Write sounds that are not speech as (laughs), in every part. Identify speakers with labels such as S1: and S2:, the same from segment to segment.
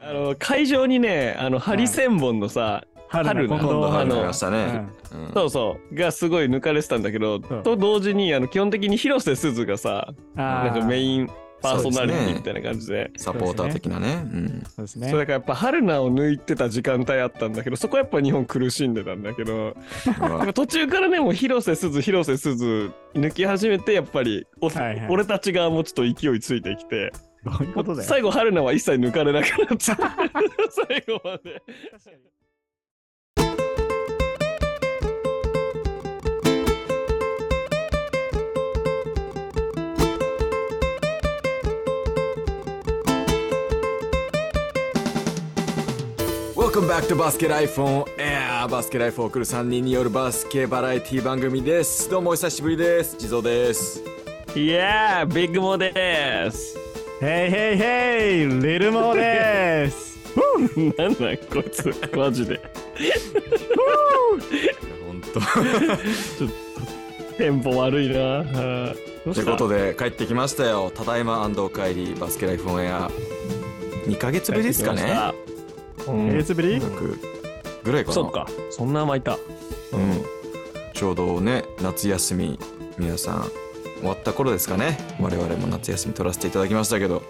S1: あの会場にねあのハリセンボンのさ、春の
S2: 今度
S1: あ
S2: は
S1: の
S2: のしたね。うん
S1: そうそうがすごい抜かれてたんだけど、
S3: ん
S1: と同時にあの基本的に広瀬すずがさ
S3: あ
S1: な
S3: ー
S1: んかメインパーソナリテ
S2: そうです
S1: ィ
S2: ね
S1: みたいな感じで。
S2: サポーター的なね。うん
S3: そうです
S1: そ
S3: ね
S1: れだ。からやっぱ春菜を抜いてた時間帯あったんだけどそこはやっぱ日本苦しんでたんだけど
S2: う (laughs) わ
S1: なんか途中からねもう広瀬すず広瀬すず抜き始めてやっぱりお
S3: はいはい
S1: 俺たち側もちょっと勢いついてきて
S3: どういうことだよ。
S1: 最後春菜は一切抜かれなくなっ
S3: (laughs)
S1: ちゃった最後まで。
S2: Welcome back to バスケライフォンエアバスケライフを送る3人によるバスケバラエティ番組です。どうもお久しぶりです。地蔵です。
S1: いやービッグモです
S3: ヘイヘイヘイリルモーです。
S1: なんなんこいつマジで
S2: いや本当。
S1: テンポ悪いなあー
S2: ということで帰ってきましたよ。ただいまお帰りバスケライフオンエア2ヶ月ぶりですかね。
S1: うん
S3: えつぶり？
S2: 約ぐらいかな。
S1: そっかそんな甘いた
S2: うん。ちょうどね夏休み皆さん終わった頃ですかね。我々も夏休み取らせていただきましたけど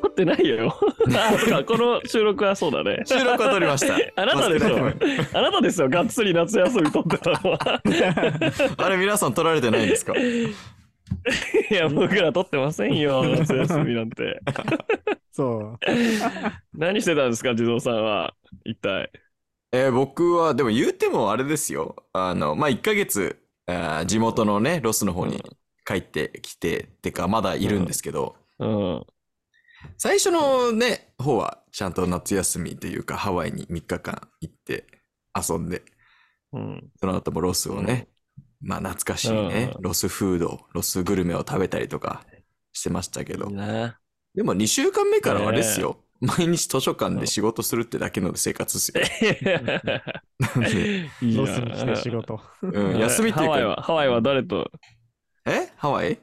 S1: 撮ってない
S2: (laughs)
S1: よあそっかこの収録はそうだね
S2: 収録は取りました。
S1: (laughs) あなたでしょあなたですよがっつり夏休み撮ってたの
S2: (laughs)
S1: は
S2: あれ皆さん取られてないんです
S1: (laughs)
S2: か。
S1: いや僕ら撮ってませんよ夏休みなんて
S3: そう。
S1: 何してたんですか地蔵さんは一体
S2: えー僕はでも言うてもあれですよあのまあ1ヶ月あー地元のねロスの方に帰ってきててかまだいるんですけど、
S1: うん
S2: 最初のね方はちゃんと夏休みというかハワイに3日間行って遊んで
S1: うん
S2: その後もロスをね、まあ懐かしいね、
S1: うん
S2: ロスフードロスグルメを食べたりとかしてましたけど
S1: な
S2: でも2週間目からはあれですよ、毎日図書館で仕事するってだけの生活ですよ。なんで
S1: い
S3: ロスに来て仕事。
S2: (laughs) うん、休みっていう
S1: ハワイ
S2: か、
S1: はハワイは誰と
S2: えハワイ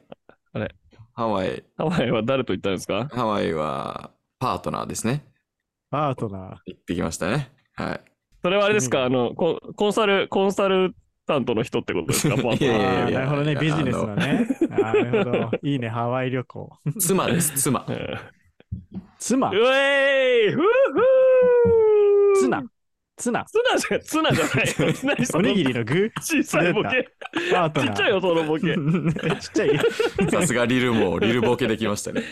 S1: あれ
S2: ハワイ、
S1: ハワイは誰と行ったんですか
S2: ハワイはパートナーですね。
S3: パートナ
S2: 行ってきましたね。はい。
S1: それはあれですか、あのコンコンサル、コンサルタントの人ってこと
S3: (laughs)
S1: ですか、パート
S2: い
S1: ナ
S3: ー。
S2: や
S1: ー
S2: い
S3: あ
S2: やい
S3: ー
S2: や
S3: なるほどね、ビジネスだね。あーなるほど。いいね、ハワイ旅行。
S2: 妻です、
S1: (laughs)
S2: 妻。
S3: 妻
S1: う、えいふうふう
S3: ツナ、ツナ、
S1: ツナじゃ、ツナじゃ
S3: (laughs)
S1: ない。何そ
S3: お
S1: の
S3: にぎりの具、
S1: 小さいボケ。
S3: パート
S1: ち
S3: ナ
S1: っちゃい
S3: ー。
S1: よ、そのボケ。
S3: ちっちゃい。
S2: さすがリルも、リルボケできましたね。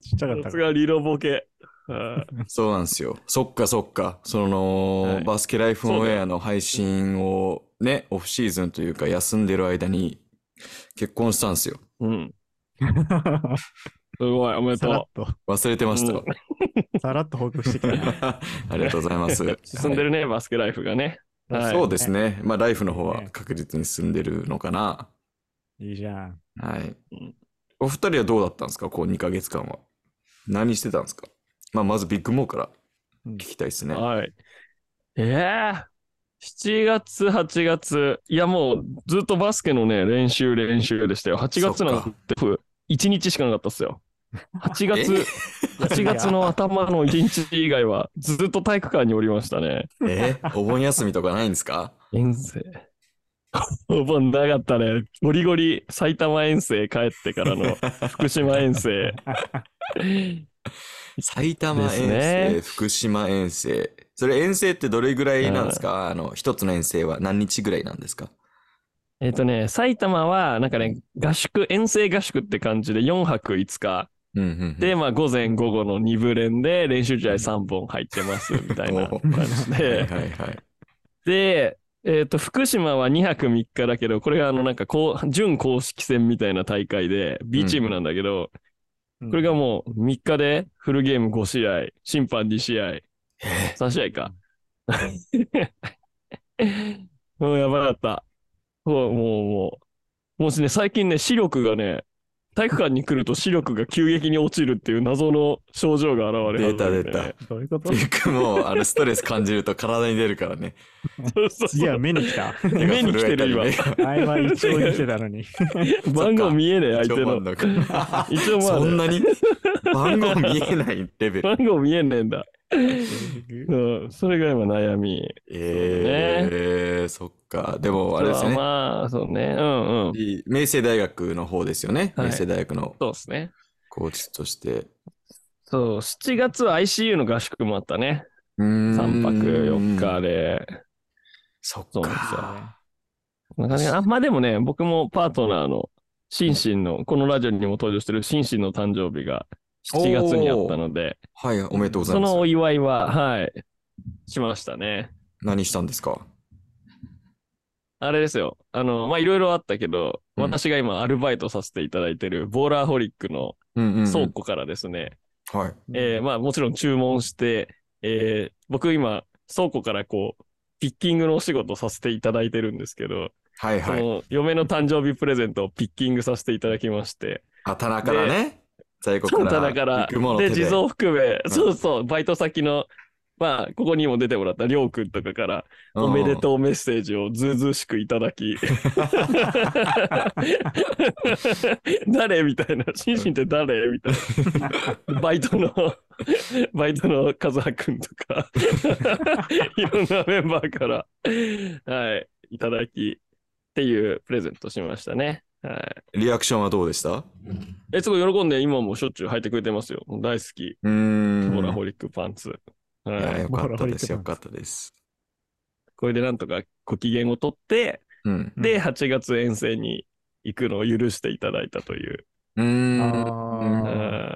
S3: ちっちゃかっ
S1: さ
S3: た
S1: す。がリロボケ。あー
S2: そうなんですよ。そっかそっか。その、
S1: はい
S2: バスケライフオンエアの配信をね、オフシーズンというか休んでる間に結婚したんですよ。
S1: うん。すごい、おめで
S3: (laughs) さらっ
S1: と
S3: と、
S2: 忘れてました。
S1: うん
S3: さらっと報告してきたね。
S2: (laughs) ありがとうござい
S1: (laughs)
S2: ます。
S1: う。進んでるね、バスケライフがね。はい
S2: そうですね。まあ、ライフの方は
S3: ね
S2: 確実に進んでるのかな。
S3: いいじゃん。
S2: はい
S1: うん。
S2: お二人はどうだったんですかこう2ヶ月間は。何してたんですかまあ、まずビッグモーから聞きたいですね。
S1: はい。ええ7月、8月、いやもうずっとバスケのね、練習、練習でしたよ。8月なんて、1日しかなかったっすよ。8月、8月の頭の1日以外は、ずっと体育館におりましたね。
S2: えお盆休みとかないんで
S1: (laughs)
S2: すか
S1: 遠征。お盆なかったね。ゴリゴリ埼玉遠征帰ってから (laughs) の福島遠征。
S2: 埼玉遠征、
S1: ですね
S2: 福島遠征。それ遠征ってどれぐらいなんですかあの、一つの遠征は何日ぐらいなんですか
S1: えっとね、埼玉はなんかね、合宿、遠征合宿って感じで4泊5日。
S2: うんうんうん。
S1: で、まあ、午前午後の2部練で練習試合3本入ってますみたいな
S2: お
S1: 感じ
S2: はい (laughs)
S1: で。
S2: はいはい。
S1: で、えっ、と、福島は2泊3日だけど、これがあの、なんかこう、準公式戦みたいな大会で、B チームなんだけど、
S3: うん
S1: これがもう3日でフルゲーム5試合、審判2試合、
S2: え
S1: 3試合か。 (laughs) もうやばかった。もう、もう、もう。もしね、最近ね、視力がね、体育館に来ると視力が急激に落ちるっていう謎の症状が現れ始
S2: 出た
S1: めて
S2: 出
S1: ね
S2: た。
S3: どういうこと
S2: 結局もう、あの、ストレス感じると体に出るからね。
S1: そうそう
S3: 次
S1: そ
S3: は
S1: う。
S3: 目に来た。
S1: (laughs) 目に来てる今
S2: 手が震えた
S3: 前
S2: り
S3: は一応生きてたのに。
S1: (laughs) 番号見えねえ、
S2: 目が
S1: 相手の。
S2: 一
S1: 一
S2: 応真ん中
S1: 応まあ
S2: そん
S1: ね、
S2: なに番号見えないレベル。
S1: (laughs) 番号見えねえんだ。うんそれが今悩み。
S2: えー、そっか。でも、あれですよね。
S1: まあ、そうね。うんうん。
S2: 明星大学の方ですよね。
S1: はい
S2: 明星大学の
S1: そうですね。
S2: コーチとして。
S1: そう、7月は ICU の合宿もあったね。
S2: 3
S1: 3泊4日。で。
S2: そっ
S1: そうなんですよ
S2: か。
S1: なかなかあまあでもね、僕もパートナーの、シンシンの、このラジオにも登場してるシンシンの誕生日が7月にあったので、
S2: はい、おめでとうござ
S1: そ
S2: います
S1: の。お祝いは、はい、しましたね。
S2: 何したんですか
S1: あれですよ。あの、まあ、いろいろあったけど、
S2: うん
S1: 私が今アルバイトさせていただいてるボーラーホリックの
S2: うんうんうん
S1: 倉庫からですね、
S2: はい。
S1: えーまあ、もちろん注文して、えー僕今、倉庫からこう、ピッキングのお仕事をさせていただいてるんですけど、
S2: はい
S1: そ
S2: はい。
S1: の嫁の誕生日プレゼントをピッキングさせていただきまして、
S2: あ、棚からね。在庫か
S1: そう
S2: ら。
S1: 棚から
S2: 行くもの
S1: で、
S2: 手で
S1: 地蔵含め、
S2: ん
S1: そうそう、バイト先の、まあ、ここにも出てもらったりょうくんとかから、おめで
S2: う
S1: とうメッセージをずうずうしくいただき、誰みたいな、シンシンって誰みたいな、バイトの、バイトのカズハ君とか、いろんなメンバーから、はい、いただき、っていうプレゼントしましたね。はい。
S2: ん。リアクションはどうでした
S1: え、すごい喜んで、今もしょっちゅう履いてくれてますよ。もう大好き。
S2: うーん。
S1: ボラホリックパンツ。
S2: いや
S1: はい。
S2: よか
S3: ボ
S2: ったです。
S3: ラ
S2: よ
S3: ホリ
S2: かったです。
S1: これでなんとかご機嫌を取って、
S2: うん。
S1: で、8月遠征に行くのを許していただいたという。
S3: あ
S2: うーん。
S1: う
S3: ー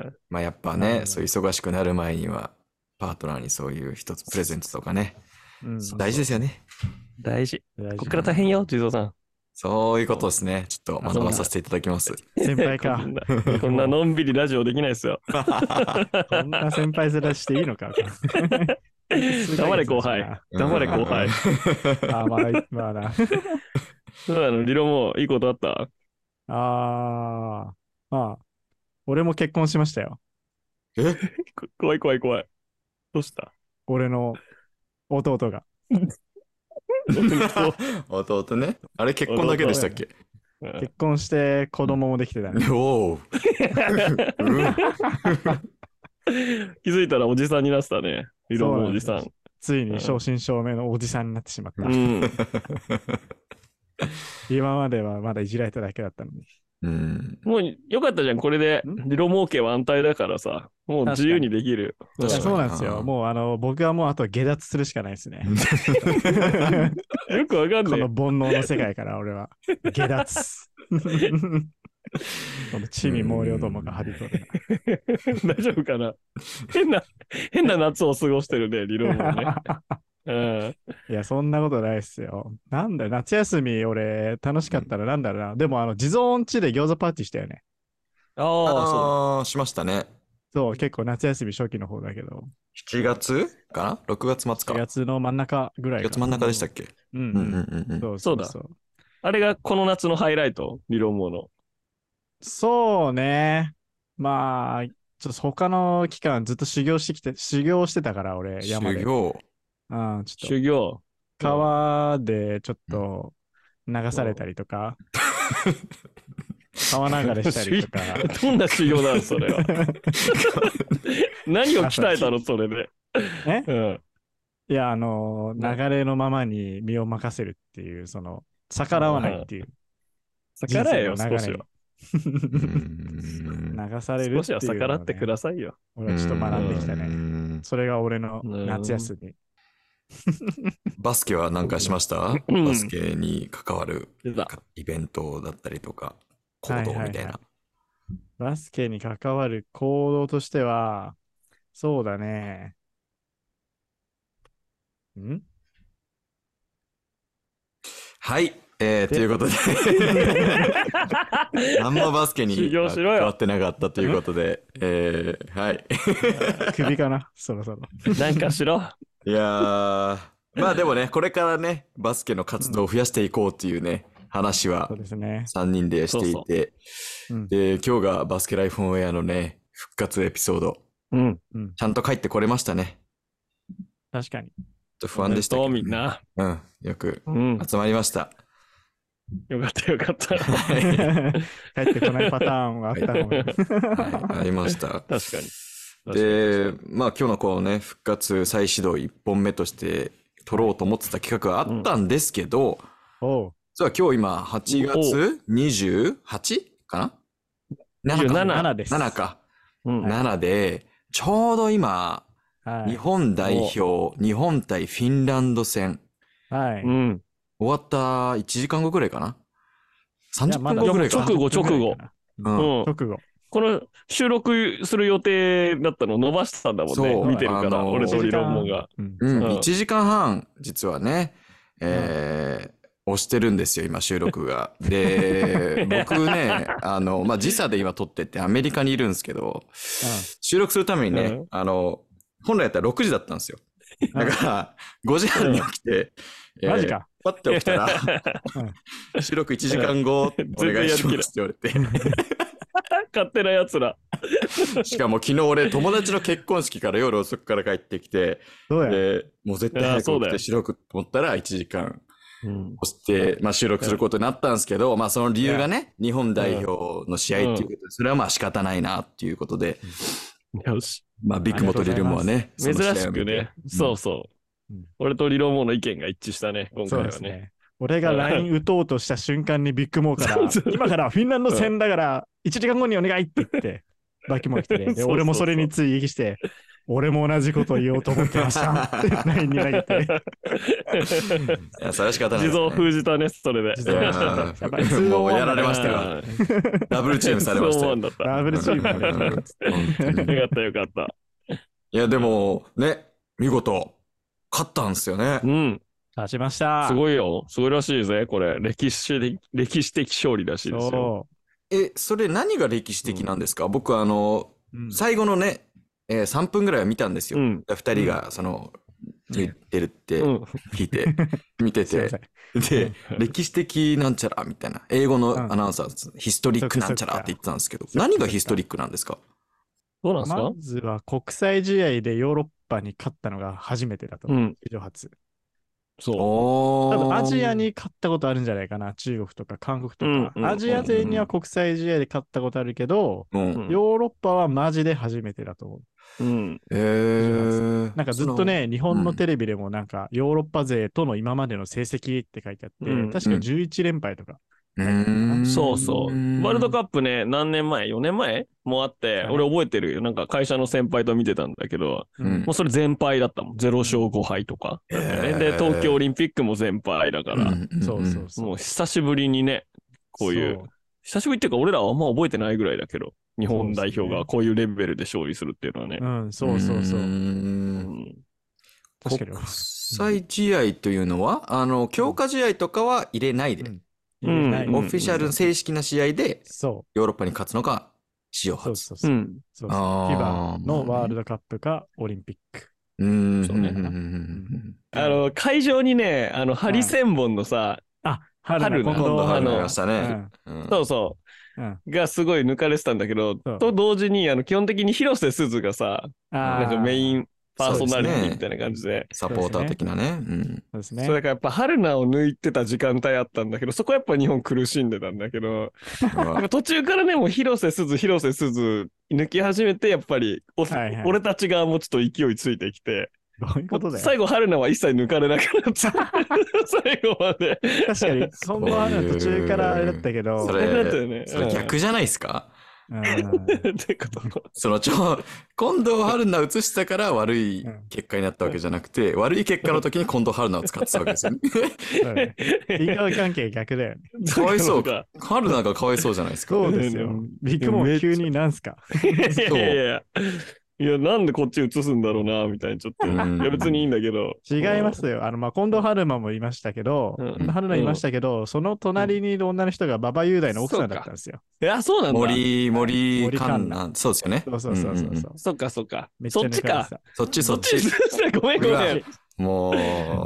S1: ん
S2: まあやっぱ
S3: なるほ
S2: ね、
S3: ど
S2: そう忙しくなる前には、パートナーにそういう一つプレゼントとかね。
S3: うん
S2: 大事ですよね。
S1: 大事。
S3: 大
S1: こっ
S3: 事
S1: から大変よ、地蔵さん。
S2: そういうことですね。ちょっと学ばさせていただきます。
S3: 先輩か
S1: こ。んな (laughs) こんなのんびりラジオできないですよ。
S3: こんな先輩面していいの (laughs) か。
S1: 黙れ後
S3: (laughs)
S1: 輩。黙れ後輩。
S3: あー、まだ、まだ。
S1: そうなの、リロもいいことあった。
S3: ああ、まあ、俺も結婚しましたよ。
S2: え
S1: こ怖い怖い怖い。どうした
S3: 俺の弟が。
S2: 弟ね。あれ結婚だけでしたっけ
S1: (laughs) うん
S3: 結婚して子供もできてたね。
S2: おお。うん
S1: 気づいたらおじさんになってたね。リロもおじさん。
S3: ついに正真正銘のおじさんになってしまった
S1: う。ん。
S3: 今まではまだいじられただけだったのに。
S2: うん。
S1: もうよかったじゃん、これで。
S3: ん
S1: リロ儲けは安泰だからさ。もう自由にできる。
S3: い
S2: 確か
S3: や
S2: に
S3: そうなんですよ。もうあの、僕はもうあとは下脱するしかない (laughs) ですね。
S1: よくわかん
S3: こ
S1: な
S3: の
S1: い。
S3: 煩悩の世界から俺は下脱。
S2: (laughs)
S3: この地味猛量どもがはびこる。
S1: (laughs) 大丈夫かな変な、変な夏を過ごしてるね、理論もね。うん。
S3: (laughs) いや、そんなことないっすよ。なんだよ、夏休み俺楽しかったらなんだろうな。でもあの、地蔵音痴で餃子パーティーしたよね。
S1: ああ、そ
S2: ああ、しましたね。
S3: そう、結構夏休み初期の方だけど、
S2: 7月かな ?6 月末
S3: 4
S2: か。
S3: 月の真ん中ぐらい
S2: 4
S3: か。
S2: 月真ん中でしたっけ
S3: うん
S2: うんうん
S3: うん。
S2: うんうん。
S3: そう
S1: そ
S3: そうう
S1: だ
S3: そう。
S1: う。あれがこの夏のハイライト、理論もの。
S3: そうね。まあ、ちょっと他の期間ずっと修行してきて、修行してたから俺、山
S2: 修
S3: で。
S2: 行。
S3: (laughs) うん、ちょっと。
S1: 修行。
S3: 川でちょっと流されたりとか、川流れしたりと
S1: (laughs)
S3: か、
S1: どんな修行なの、それは。何を鍛えたの、それで。
S3: え
S1: うん。
S3: いや、あの、流れのままに身を任せるっていう、その、逆らわないっていう。
S1: 逆らえよ、
S3: 人生
S1: 少
S3: の流
S1: し
S3: れ
S1: は。
S3: に
S2: うん
S3: 流される
S1: 少
S3: っ
S1: して
S3: いう
S1: は逆らってく
S3: い。
S1: ださいよ。
S3: 俺はちょっと学んできた
S2: う
S3: ね。
S2: ん
S3: それが俺の
S1: うん
S3: 夏休み。
S2: バスケは何かしました
S1: うん
S2: バスケに関わる
S1: 出 (laughs) た。
S2: イベントだったりとか、行動みたい
S3: はいはいは
S2: な。
S3: バスケに関わる行動としては、そうだね。ん
S2: はい。えー、ということで、
S3: (laughs)
S2: 何もバスケ
S1: 修
S2: に
S1: 行しろよ
S2: 変わってなかったということで、えー、はい。 (laughs)
S3: 首かなそろそろ。
S1: なんかしろ。
S2: いやー、まあでもね、これからね、バスケの活動を増やしていこうっていうね、話は
S3: そうですね。
S2: 3人でしていて、
S3: うん
S2: で、今日がバスケライフオンエアのね、復活エピソード、
S1: うん。
S3: うん。
S2: ちゃんと帰ってこれましたね。
S3: 確かに。
S2: ちょっと不安でしたけど、
S1: そう、みん。な。
S2: うん、よく
S1: うん。
S2: 集まりました。
S1: よかった、よかった。
S3: (laughs)
S2: はい
S1: (laughs)
S3: 帰ってこないパターンがあったかも。
S2: はい、ありました。
S1: 確かに。
S2: で、まあ今日のこうね、復活再始動1本目として撮ろうと思ってた企画があったんですけど、
S3: おう。
S2: 実は今日今8月 28? かな ?7 か。
S1: 27
S3: 7です。
S2: 7。か。
S1: うん
S2: 7で、ちょうど今、
S3: は
S2: 日
S3: い。
S2: 本代表、日本対フィンランド戦、
S3: はい。
S1: うん。
S2: 終わった1時間後くらいかな ?30
S3: ま
S2: 分
S3: だ
S2: 後くらい
S1: 直
S2: か
S1: 後直後
S2: な。うん
S1: うん
S3: 直後。
S1: この収録する予定だったの伸ばしたんだもんね。
S2: そう
S1: 見てるか
S2: あ
S1: ら、
S2: のー
S1: 俺と理論もが。
S3: うん
S2: う
S1: うん
S2: ん、1時間半、実はね、えー押してるんですよ、今、収録が。で、僕ね、あの、まあ、時差で今撮ってて、アメリカにいるんですけど、収録するためにね、
S1: うん
S2: あの、本来やったら6時だったんですよ。だから、5時半に起きて、えー
S3: マジ。か。
S2: パッて起きたら、収録1時間後、お願いしますって言われ
S1: 勝手なやつら。
S2: て。しかも昨日俺、友達の結婚式から夜遅くから帰ってきて、
S3: どうや。
S2: で、もう絶対早く起きて収録と思ったら1時間そして、まあ、収録することになったんですけど、まあ、その理由がね、日本代表の試合っていうことで、それはまあ仕方ないなっていうことで、
S1: よし。
S2: まあ、ビッグモトリルモはね、
S1: 珍
S2: そ
S1: し
S2: の試合を
S1: く
S2: 見て
S1: ね。そうそう。
S3: うん
S1: 俺と理論もの意見が一致したね、今
S3: そ
S1: 回
S3: うで
S1: は
S3: す
S1: ね。
S3: ね。俺が LINE 打とうとした瞬間にビッグモーから
S1: (laughs) そうそ、う
S3: 今からフィンランド戦だから、1時間後にお願いって言って、バキモが来て
S1: そうそ
S3: ね、
S1: う
S3: で
S1: そう
S3: 俺もそれに追撃して、俺も同じこと言おうと思ってました
S1: (laughs)
S3: って LINE に投げて、
S2: いや、それは仕方ない
S1: 地
S2: です、
S1: 蔵
S2: ね。
S1: 封じたね、それで。
S3: 地蔵封じやばい
S2: うんもうやられました
S3: う
S2: よ。
S1: うん
S2: ダブルチームされました
S1: そう思。
S2: よ
S1: うんだった。
S3: ダブルチームだね
S2: うん本当
S1: (laughs)
S2: に
S1: よかった、よかった。
S2: いや、でも、ね、見事、勝ったんですよね
S1: う。ん。
S3: (laughs) 勝ちました。
S1: すごいよ。すごいらしいぜ、これ。歴史的、歴史的勝利らしいですよ。
S3: そ
S2: え、それ何が歴史的なんですか、僕、あの、
S3: う。うん
S2: 最後のね、えー、3分ぐらいは見たんですよ。
S1: うん。
S2: 2人が、その、言ってるって
S1: うん。
S2: 聞い
S1: (laughs)
S2: て、見て
S3: すいま
S2: て
S3: せ。ん
S2: で、歴史的なんちゃらみたいな、英語
S3: うん
S2: のアナウンサー、ヒストリックなんちゃらって言ってたんですけど、何がヒストリックなんですか
S1: どうなんすか
S3: まずは国際試合でヨーロッパに勝ったのが初めてだと
S1: う
S3: 思う。
S1: ん。
S3: 史上初。
S1: そ
S2: お
S3: 多分
S2: ー。
S3: アジアに勝ったことあるんじゃないかな。中国とか韓国とか。
S1: うんうん
S3: アジア勢には国際試合で勝ったことあるけど、
S2: う。
S1: う。うんん。
S3: ヨーロッパはマジで初めてだと思う。
S1: うん。
S2: えー。
S3: なんかずっとね、日本
S2: う
S3: の
S2: ん
S3: テレビでもなんか、ヨーロッパ勢との今までの成績って書いてあって、
S1: うん
S3: 確か
S2: うん
S3: 11連敗とか。
S2: その、うーん
S1: そうそう。ワールドカップね、何年前 ?4 年前もあって、
S3: はい
S1: 俺覚えてるよ。なんか会社の先輩と見てたんだけど、
S2: うん
S1: もうそれ全敗だったもん。0勝5敗とか。
S2: へー
S1: で、東京オリンピックも全敗だから、
S2: うんん
S3: そうそうそう。
S1: もう久しぶりにね、こういう、久しぶりっていうか俺らはあんま覚えてないぐらいだけど、日本代表がこういうレベルで勝利するっていうのはね
S3: そう。。うん、そうそうそう
S2: ー。ん
S1: うん
S3: 確かに
S2: 国際試合というのは、あの、強化試合とかは入れないで、
S1: う
S3: 入れ
S1: ん
S3: ない
S2: オフィシャル正式な試合で
S3: そ
S2: ヨーロッパに勝つのが史上
S3: う、そう
S2: 初。
S3: そうそうう。
S1: ん。
S3: そうそう
S2: あー
S3: FIBA のワールドカップかオリンピック。
S2: うーん。
S1: そうね
S2: んんん
S1: あの、会場にね、あの、ハリセンボンのさ、
S3: あ、春
S1: 春
S3: の
S1: の
S2: 今度は
S1: あ
S2: あ
S1: の
S2: りましたね。うん
S1: そうそ
S3: うんうん
S1: う、がすごい抜かれてたんだけど
S3: そう、
S1: と同時に、あの、基本的に広瀬すずがさ、
S3: あ
S1: なんかメイ
S3: ン。
S1: ンパーソナリティみたいな感じで、
S2: サポーター的なね。うん
S3: そうです
S1: そ
S3: ね
S1: う。だからやっぱ春菜を抜いてた時間帯あったんだけど、そこはやっぱ日本苦しんでたんだけど、なんか途中からね、もう広瀬すず、広瀬すず抜き始めて、やっぱりお、
S3: はいはい
S1: 俺たち側もちょっと勢いついてきて、
S3: どういうことだよ。
S1: 最後春菜は一切抜かれなくなった。
S3: (laughs)
S1: 最後まで。
S3: 確かに、 (laughs) 今後はあるの途中からあれだったけど、
S1: な
S2: そ
S1: くな
S2: れ
S1: ったよね、
S2: それ逆じゃないですか
S3: うん
S1: (laughs) うんってこと
S2: そのちょ、 (laughs) 近藤春菜移したから悪い
S3: うん
S2: 結果になったわけじゃなくて、悪い結果の時に近藤春菜を使ってたわけですよね。
S3: そうね因果関係逆だよね。
S2: かわいそう
S1: か。
S2: 春菜がかわいそうじゃないですか。
S3: そうですよ。ビッグモン急になんすか。
S1: いやいやいや。いや、なんでこっち映すんだろうな、みたいな、ちょっと。い
S2: うん
S1: や、別にいいんだけど。
S3: 違いますよ。あの、まあ、近藤春馬もいましたけど、
S1: うん
S3: 近藤春馬いましたけど、その隣にいる女の人が馬場雄大の奥さんだったんですよ。
S1: いや、そうなんだ。
S2: 森、森
S3: 森
S2: 環
S3: 環
S2: 奈。そうですよね。
S3: そうそうそうそうそう。
S1: そっかそっか
S3: め。っちゃ
S1: そっち
S3: 抜かれ
S1: か
S3: て。た。
S2: そっちそ
S1: そ
S2: っ
S1: っち (laughs)
S2: ち。
S1: ごめんご
S2: う
S1: め
S2: わ
S1: ん。
S2: も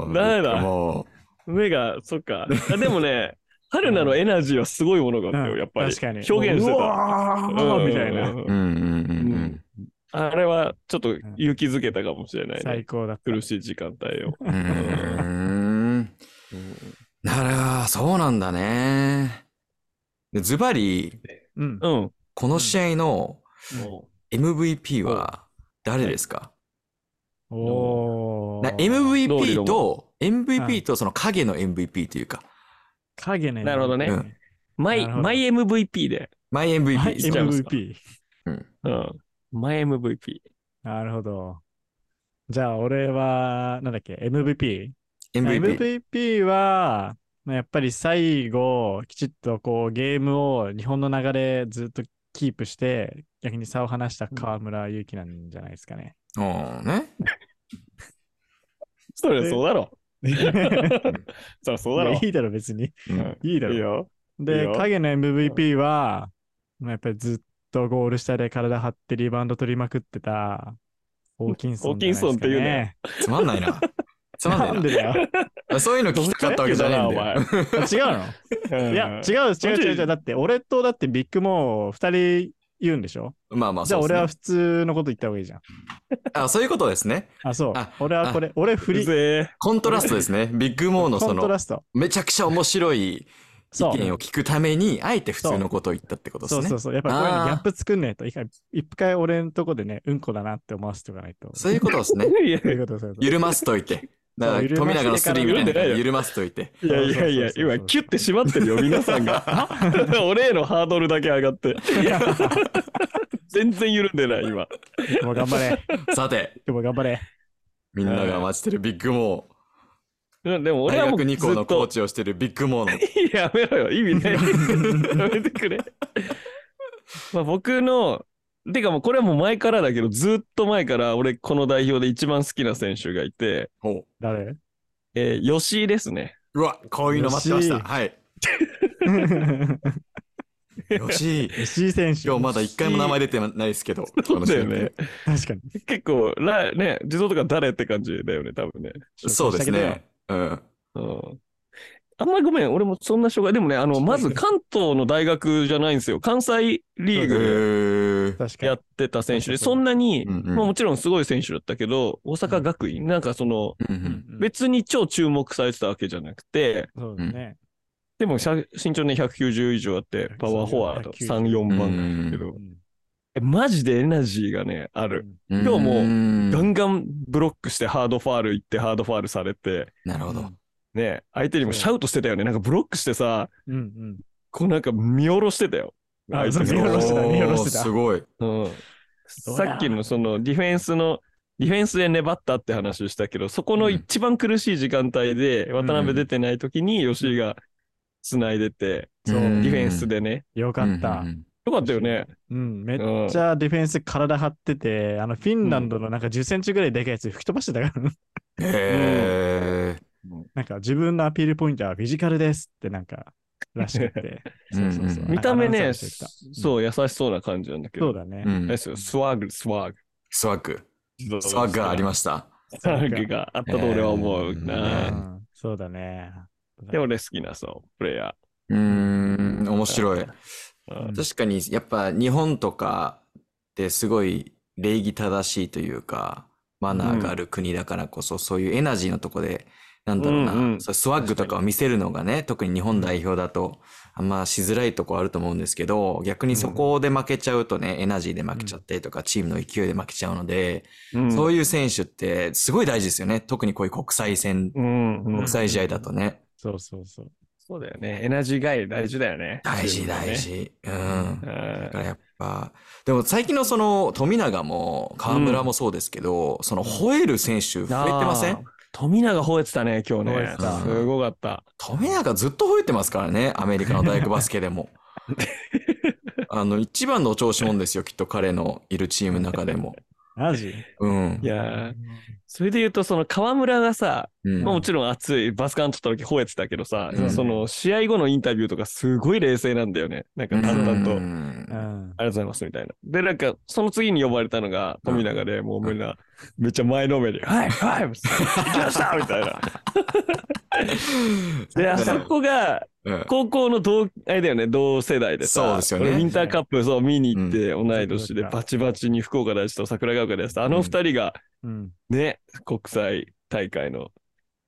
S2: う、
S1: 誰だ
S2: も
S1: 目が、そっか。あでも
S2: (laughs)
S1: ね、春菜のエナジーはすごいものがあった
S3: う
S1: よ、
S3: ん
S1: やっぱり。
S3: 確かに
S1: 表現して
S3: う
S1: た。
S3: わ
S1: う
S3: ー
S1: ん
S3: みたいな。。
S2: う、うんうんうん
S1: あれは、ちょっと勇気づけたかもしれない
S3: 最
S1: ね。
S3: 高だった。
S1: 苦しい時間帯を。
S2: うん。うーん。なら、そうなんだね。でズバリ、
S3: うん。
S1: うん。
S2: この試合の
S1: も
S2: MVP は、誰ですか、
S3: おお
S2: な。
S1: ローリ
S2: ?MVP
S1: ロ
S2: と、
S3: はい
S2: MVP とその影の MVP というか、
S3: 影ね。
S1: なるほどね
S2: うん
S1: マイ、
S3: なるほど
S1: マイ MVP で。
S2: マイ MVP。
S3: はい、
S1: っちゃいますか
S3: MVP。
S2: うん
S1: うん。マイ MVP。
S3: なるほど。じゃあ、俺は、なんだっけ、MVP。
S2: MVP。
S3: は、まあやっぱり最後、きちっとこうゲームを日本の流れずっとキープして、逆に差を離した河村勇輝なんじゃないです
S1: (laughs)
S3: かね。
S2: うん、ね。
S1: そりゃそうだろ。
S3: い
S1: そりゃ
S3: (laughs)
S1: そうだ
S3: や
S1: ろ
S3: い。いだろ、別に。
S2: うん
S3: いいだ
S1: いい
S3: ろ。
S1: よ。いい
S3: で
S1: よ、
S3: 影の MVP は、まあやっぱりずっとゴール下で体張ってリバウンド取りまくってた、ホーキンソンじゃないですか、ね。
S1: ホーキンソンって言うね
S2: つまんな
S3: (laughs)
S2: いな。つまんな
S3: ないんでだ
S2: (laughs)
S3: よ。
S2: な。そういうの聞きたかったわけじゃないん
S3: あ
S2: だよ。
S3: 違うの (laughs) いや、違う、違う、違う、違う。だって、俺とだってビッグモー2人言うんでしょ
S2: まあまあ、
S3: じゃあ
S2: そう
S3: 俺は
S2: で
S3: 普通のこと言った方がいいじゃん。
S2: すねあ、そういうことですね。
S3: あ、そう
S2: あ。
S3: 俺はこれ、俺振
S1: うる
S3: り、
S1: せえ。
S2: コントラストですね。ビッグモーの
S3: コ
S2: そ
S3: ント
S2: の
S3: ラ、スト。
S2: めちゃくちゃ面白い
S3: そ
S2: 意見
S3: う。
S2: を聞くために、あえて普通のことを言ったってことです
S3: そう
S2: ね
S3: そ。うそう。やっぱこういうの
S2: あー
S3: ギャップ作んねえと、一回、一回俺のとこでね、うんこだなって思わせておかないと。
S2: そういうことですね。
S1: いや
S3: (laughs) そういうこと、そういうこと。
S2: 緩ますといて。だから、
S3: そう緩ませ
S2: 富
S3: て
S2: 永のスリーみた
S1: から緩ん
S2: いな
S1: でないよ
S2: 緩ますといて。
S1: いやいやいや、
S3: そうそうそうそう
S1: 今、キュッて縛ってるよ、皆さんが。 (laughs) 俺へのハードルだけ上がって。全然緩んでない、今。
S3: (laughs) もう頑張れ。
S2: さて、
S3: でも頑張れ。
S2: みんなが待ちてるビッグモ
S1: でも
S2: ー。
S1: 俺
S2: 大
S1: はもう
S2: 学
S1: ず
S2: 2校の
S1: っ
S2: コー
S1: と。
S2: チをしてるビッグモーの。
S1: やめろよ、意味ない。やめてくれ。まあ僕の、てかもうこれはもう前からだけど、ずっと前から俺、この代表で一番好きな選手がいて、
S2: ほう (laughs)
S3: 誰
S1: えー、吉井ですね。
S2: うわ、こういうの待ってました。はい。よし。
S3: 石井選手。
S2: 今日まだ一回も名前出てないですけど。
S1: そうだよね。
S3: 確かに。
S1: 結構、らね、自動とか誰って感じだよね、多分ね。
S2: そうですね。うん。
S1: うんあんまりごめん、俺もそんな障害。でもね、あの、まず関東の大学じゃないんですよ。関西リ
S2: え
S1: ーグ
S2: ー。
S3: 確か
S1: で
S3: に
S1: やっ。てた選手で、
S3: そう
S1: そんなに、
S2: うんうん
S1: まあもちろんすごい選手だったけど、大阪学院、なんかその、
S2: うんう
S3: うん
S2: ん
S3: うん
S1: 別に超注目されてたわけじゃなくて、
S3: そうだね。
S1: でもしゃ身長ね、190以上あって、パワーフォワード
S3: 190
S1: 3、4番なんだけ
S2: う
S1: ど、
S3: うん
S1: えマジでエナジーがね、ある。
S2: 今
S1: 日もガ
S2: も、
S1: ンガンブロックしてハードファール行って、ハードファールされて、
S2: なるほど。
S1: ね、相手にもシャウトしてたよね。なんかブロックしてさ、
S3: うんうん。
S1: こうなんか見下ろしてたよ。
S3: あ
S1: 相手
S3: そう見下ろしてた見下ろ
S2: お
S3: し
S2: ー
S3: てた
S2: すご
S1: う
S2: い。
S1: ん、
S3: どうだ
S1: さっきのそのディフェンスのディフェンスで粘ったって話をしたけどそこの一番苦しい時間帯で
S3: ん
S1: 渡辺出てない時に吉井が繋いでて、
S3: そう
S1: デ
S3: ん
S1: ィフェンスでね
S3: よかった
S2: うんう。ん
S1: よかったよね
S3: うん、めっ
S1: うん
S3: ちゃディフェンス体張ってて、あの、フィンランドのなんか10センチぐらいでかいやつ吹き飛ばしてたから、 (laughs)
S2: うん。へ
S3: なんか自分のアピールポイントはフィジカルですってなんか、らしくて。
S2: (laughs) うん
S3: そうそうそう。
S2: うん
S1: 見た目
S3: アナウ
S1: ね
S3: ンサーの人言って
S1: そう優しそうな感じなんだけ
S3: たそ
S1: ど
S3: うだね
S2: ーう。
S1: あ
S2: ん
S1: れですよスワグスワグ
S2: スワッグ。スワッグがありました。
S1: スワグがあったと俺は思う
S2: ね
S3: う
S1: な、
S3: んそうだね。
S1: で俺好きなそうプレイヤ
S2: うーん、面白い。
S1: ー、うん
S3: うん
S2: 確かに、やっぱ日本とかってすごい礼儀正しいというか、マナーがある国だからこそ、そういうエナジーのとこで、なんだろうな、
S1: うんうん
S2: そうスワッグとかを見せるのがね、特に日本代表だと、あんましづらいとこあると思うんですけど、逆にそこで負けちゃうとね、エナジーで負けちゃったりとか、チームの勢いで負けちゃうので、
S1: うん
S2: そういう選手ってすごい大事ですよね。特にこういう国際戦、
S1: うんうん
S2: 国際試合だとね。
S3: そうそうそう。
S1: そうだよねエナジー外大事だよね
S2: 大事大事。うん。
S1: うん
S2: だからやっぱ、でも最近のその富永も河村もそうですけど、その吠える選手増えてませ
S1: あー
S2: ん
S1: 富永吠えてたね、今日
S3: 吠え
S1: ね
S3: てた。
S1: すごかった。
S2: 富永ずっと吠えてますからね、アメリカの大学バスケ
S1: (laughs)
S2: でも。あの、一番のお調子者ですよ、きっと彼のいるチームの中でも。
S3: マジ
S2: うん
S1: い。やーそれで言うと、その河村がさ、
S2: うん
S1: まあもちろん熱い、バスカン取った時吠えてたけどさ、
S2: うん
S1: その試合後のインタビューとかすごい冷静なんだよね。なんか淡々と、
S2: う
S1: あり
S2: ん
S3: うん。
S1: がとうございますみたいな。で、なんか、その次に呼ばれたのが富永で、もうみんな、めっちゃ前のめり、はい、はい、行きましたみたい
S2: (laughs)
S1: な。で、あそこが、
S2: うん
S1: 高校の同、あれだよね、同世代でさ、
S2: そうですよね
S1: 俺ウィンターカップ、そう、見に行って、同い年で
S3: うん
S1: バチバチに福岡大師と桜川大師と、あの二人が
S3: うん。
S1: ね、国際大会のっ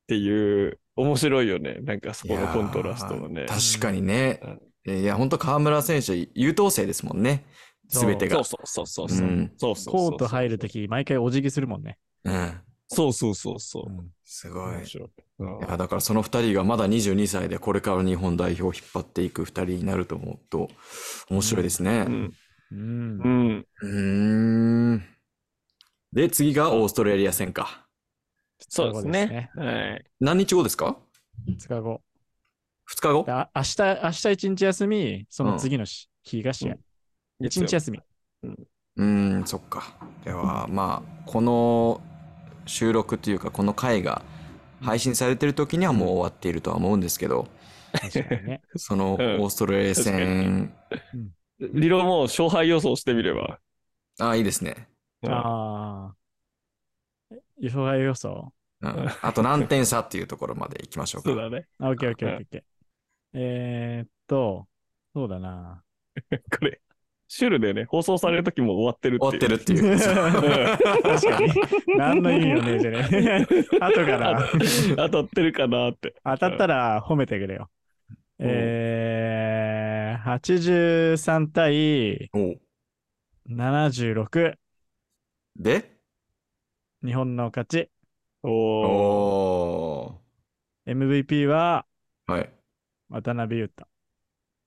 S1: ていう、面白いよね。なんかそこのコントラストのね
S2: いや。ー確かにね。いや、本当河村選手、優等生ですもんね。すべて
S1: そ
S2: が
S1: う。そうそうそう
S2: う
S1: そう。
S2: ん。
S1: そうそうそう
S3: コート入るとき、毎回お辞儀するもんね。
S2: うん。
S1: そうそうそうそうう。
S3: ん
S2: すごい。
S1: 面白い。うん
S2: いやだからその2人がまだ22歳でこれから日本代表を引っ張っていく2人になると思うと面白いですね
S1: う。ん。
S3: うん
S1: う。ん。
S2: うーんで次がオーストラリア戦か。
S1: そうですね。はい。
S2: 何日後ですか
S3: 2日後。
S2: ?2 日後
S3: であ明日、明日一日休み、その次のし日が試合。一日休み。
S2: うーんそっか。ではまあこの収録というかこの回が配信されてる時にはもう終わっているとは思うんですけど
S3: 確かにね。
S2: そのオ
S1: うん
S2: ーストラリア戦、
S1: リロも勝敗予想してみれば。
S2: ああいいですね。
S1: (laughs) うん
S3: ああ。予想外予想
S2: うん、あと何点差っていうところまでいきましょうか。
S1: そうだね。
S3: あ、オッケーオッケーオッケーオッケー。えーっと、そうだな。
S1: これ、シュルでね、放送される時も終わってる
S2: 終わって
S1: る。
S2: るっていう。
S3: 確かに。何の意味もねえじゃ
S1: (laughs)
S3: ねえ。後から。
S1: 当たってるかなって。
S3: 当たったら褒めてくれよ。
S1: うん
S3: えー、83対
S2: お (laughs) う
S3: 76。
S2: で
S3: 日本の勝ち。
S1: おー。
S2: お
S3: MVP は
S2: ーはい。
S3: 渡辺裕太。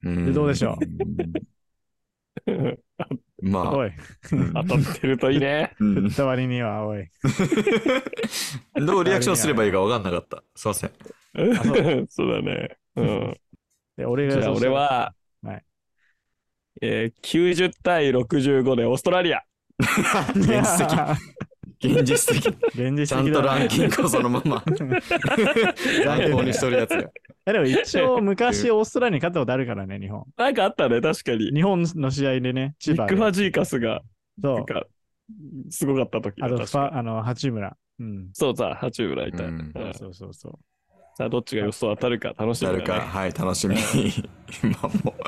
S2: で
S3: どうでしょ
S2: うま
S3: お
S2: あ、
S3: い、
S2: うん
S1: 当たってるといいね。
S2: うん
S3: 振った割には、おい。
S2: (laughs) どうリアクションすればいいか分かんなかった。すいません。
S1: (laughs) そうだね。うん。
S3: で俺が
S1: じゃ
S3: 予
S1: あ
S3: 想し
S1: 俺
S3: てる、 (laughs)
S1: は、
S3: はい
S1: えー、90対65でオーストラリア。
S2: 現実的。現実的。
S3: 現実的
S2: ちゃんとランキングをそのまま参考にしとるやつが。
S3: えでも一応、昔オーストラリアに勝ったことあるからね、日本。
S1: なんかあったね、確かに。
S3: 日本の試合でね、千
S1: ビ
S3: 葉
S1: ッ
S3: で
S1: グファジーカスが、
S3: そ
S1: なん
S3: う。
S1: か、すごかった時だ
S3: あとフ
S1: 確かに
S3: ァ、あの、八村。うん。
S1: そうさ、八村いたい、
S2: う
S1: うんん
S3: そうそうそう。
S1: さあ、どっちが予想当たるか楽しみだ、ね。
S2: 誰か、はい、楽しみに。今もう、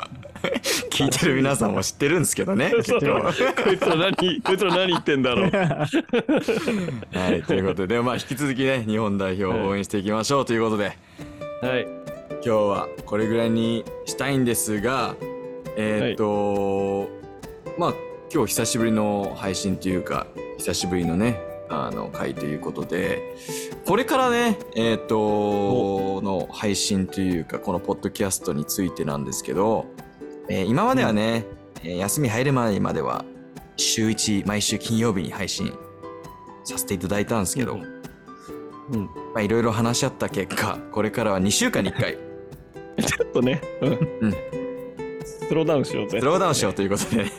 S2: (laughs) 聞いてる皆さんも知ってるんですけどね。き
S1: そ
S2: っ
S1: う
S2: と
S1: (laughs) こいつら何、こいつら何言ってんだろう。
S2: はい、ということで、まあ、引き続きね、日本代表を応援していきましょうということで。
S1: はい。
S2: 今日はこれぐらいにしたいんですがえっ、と、まあ今日久しぶりの配信というか久しぶりのねあの回ということでこれからねえっ、との配信というかこのポッドキャストについてなんですけど、えー今まではね、えー休み入る前までは週1毎週金曜日に配信させていただいたんですけど、
S1: うんうん。
S2: まあいろいろ話し合った結果これからは2週間に1回
S1: ちょっとね、うん。スローダウンし
S2: (laughs)
S1: ようぜ。
S2: スローダウンしようということで、ね、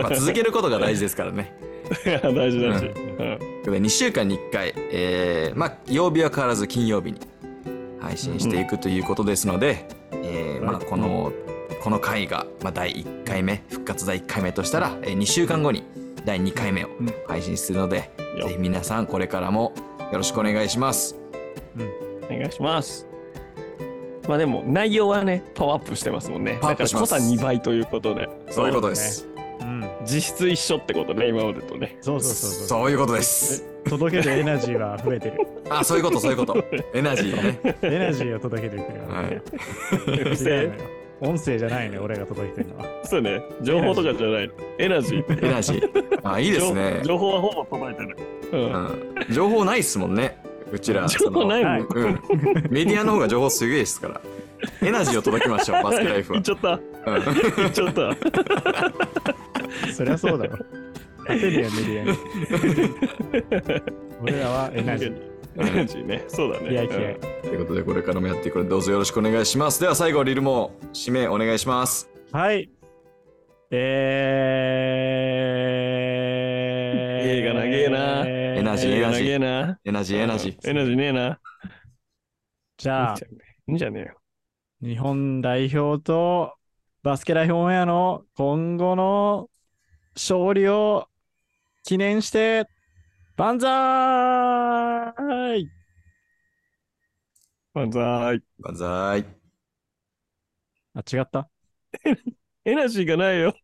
S2: (laughs) まあ続けることが大事ですからね。
S1: (laughs) 大事大事。
S2: う
S1: うん
S2: これ2週間に1回、えーまあ、曜日は変わらず金曜日に配信していくということですので、えーまあ、
S3: はい
S2: この、この回が、まあ、第1回目、復活第1回目としたら、え2週間後に第2回目を
S3: うん
S2: 配信するので、
S1: よ
S2: ぜひ皆さんこれからもよろしくお願いします。
S1: お願いします。まあでも内容はね、パワーアップしてますもんね。
S2: パワーアップします
S1: だから濃さ2倍ということで。
S2: そういうことです。
S3: うん。
S1: 実質一緒ってことね、今までと
S2: (laughs)
S1: ね。
S3: そうそうそうそう。
S2: そういうことです。
S3: 届けるエナジーは増えてる。
S2: あ、そういうこと、そういうこと。エナジーね。
S3: エナジーを届けてるっていうのは
S2: はい
S3: ね。
S1: うるせ
S3: 違う
S1: え
S3: のよ音声じゃないね、俺が届いてるのは。
S1: そうね。情報とかじゃない。エナジー。
S2: エナジー。あ、いいですね
S1: 情。情報はほぼ届いてる。うん。
S2: うん情報ないっすもんねうちら
S1: 情報ないもん
S2: そのうん、メディアの方が情報すげえですからエナジーを届けまし
S1: (laughs)
S2: ょうバスケライフ
S1: 言っ
S2: は
S1: ちゃった。
S2: うん
S1: 言っちゃった。
S2: (laughs)
S3: そりゃそうだろ。勝てるよ、メディアに。俺らはエナジー。
S1: エナジーね。そうだね。
S3: 気合気合
S1: うん
S2: ということでこれからもやっていくのでどうぞよろしくお願いしますでは最後リルモ締めお願いします
S3: はい。えー。
S1: 芸が長えな
S3: エ
S2: エナジー
S1: エナジーな。
S2: エナジーエナジー
S1: エナジーねえな。
S3: じゃあ、
S1: いいんじゃねえよ。
S3: 日本代表とバスケ代表オンエアの今後の勝利を記念して、万歳
S1: 万歳。
S2: バンザイ
S3: あ、違った
S1: エナジーがないよ。